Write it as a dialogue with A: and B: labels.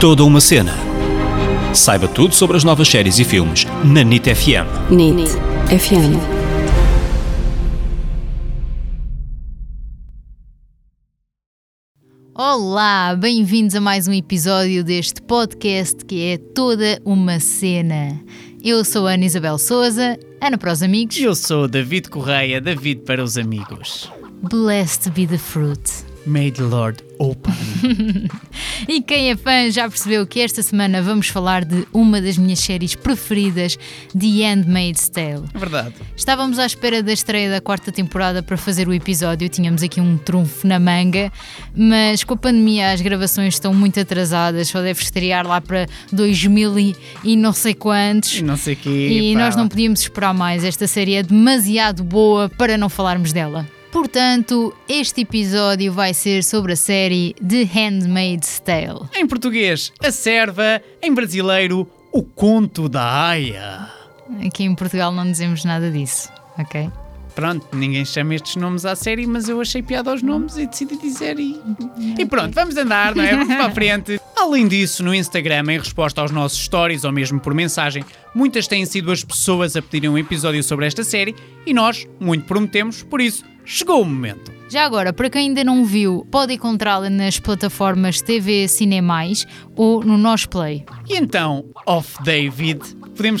A: Toda uma cena. Saiba tudo sobre as novas séries e filmes na NIT FM.
B: NIT FM.
C: Olá, bem-vindos a mais um episódio deste podcast que é toda uma cena. Eu sou a Ana Isabel Souza, Ana para os amigos.
D: Eu sou o David Correia, David para os amigos.
C: Blessed be the fruit.
D: May the Lord open.
C: E quem é fã já percebeu que esta semana vamos falar de uma das minhas séries preferidas, The Handmaid's Tale.
D: É verdade.
C: Estávamos à espera da estreia da quarta temporada para fazer o episódio, tínhamos aqui um trunfo na manga, mas com a pandemia as gravações estão muito atrasadas, só deve estrear lá para 2000 e, e não sei quantos.
D: E não sei quê.
C: E
D: pá.
C: nós não podíamos esperar mais, esta série é demasiado boa para não falarmos dela. Portanto, este episódio vai ser sobre a série The Handmaid's Tale.
D: Em português, a serva. Em brasileiro, o conto da aia.
C: Aqui em Portugal não dizemos nada disso, ok?
D: Pronto, ninguém chama estes nomes à série, mas eu achei piada aos nomes e decidi dizer e. E pronto, vamos andar, não é? Vamos para a frente. Além disso, no Instagram, em resposta aos nossos stories ou mesmo por mensagem, muitas têm sido as pessoas a pedirem um episódio sobre esta série e nós, muito prometemos, por isso, chegou o momento.
C: Já agora, para quem ainda não viu, pode encontrá-la nas plataformas TV Cinemais ou no Nós Play.
D: E então, off David, podemos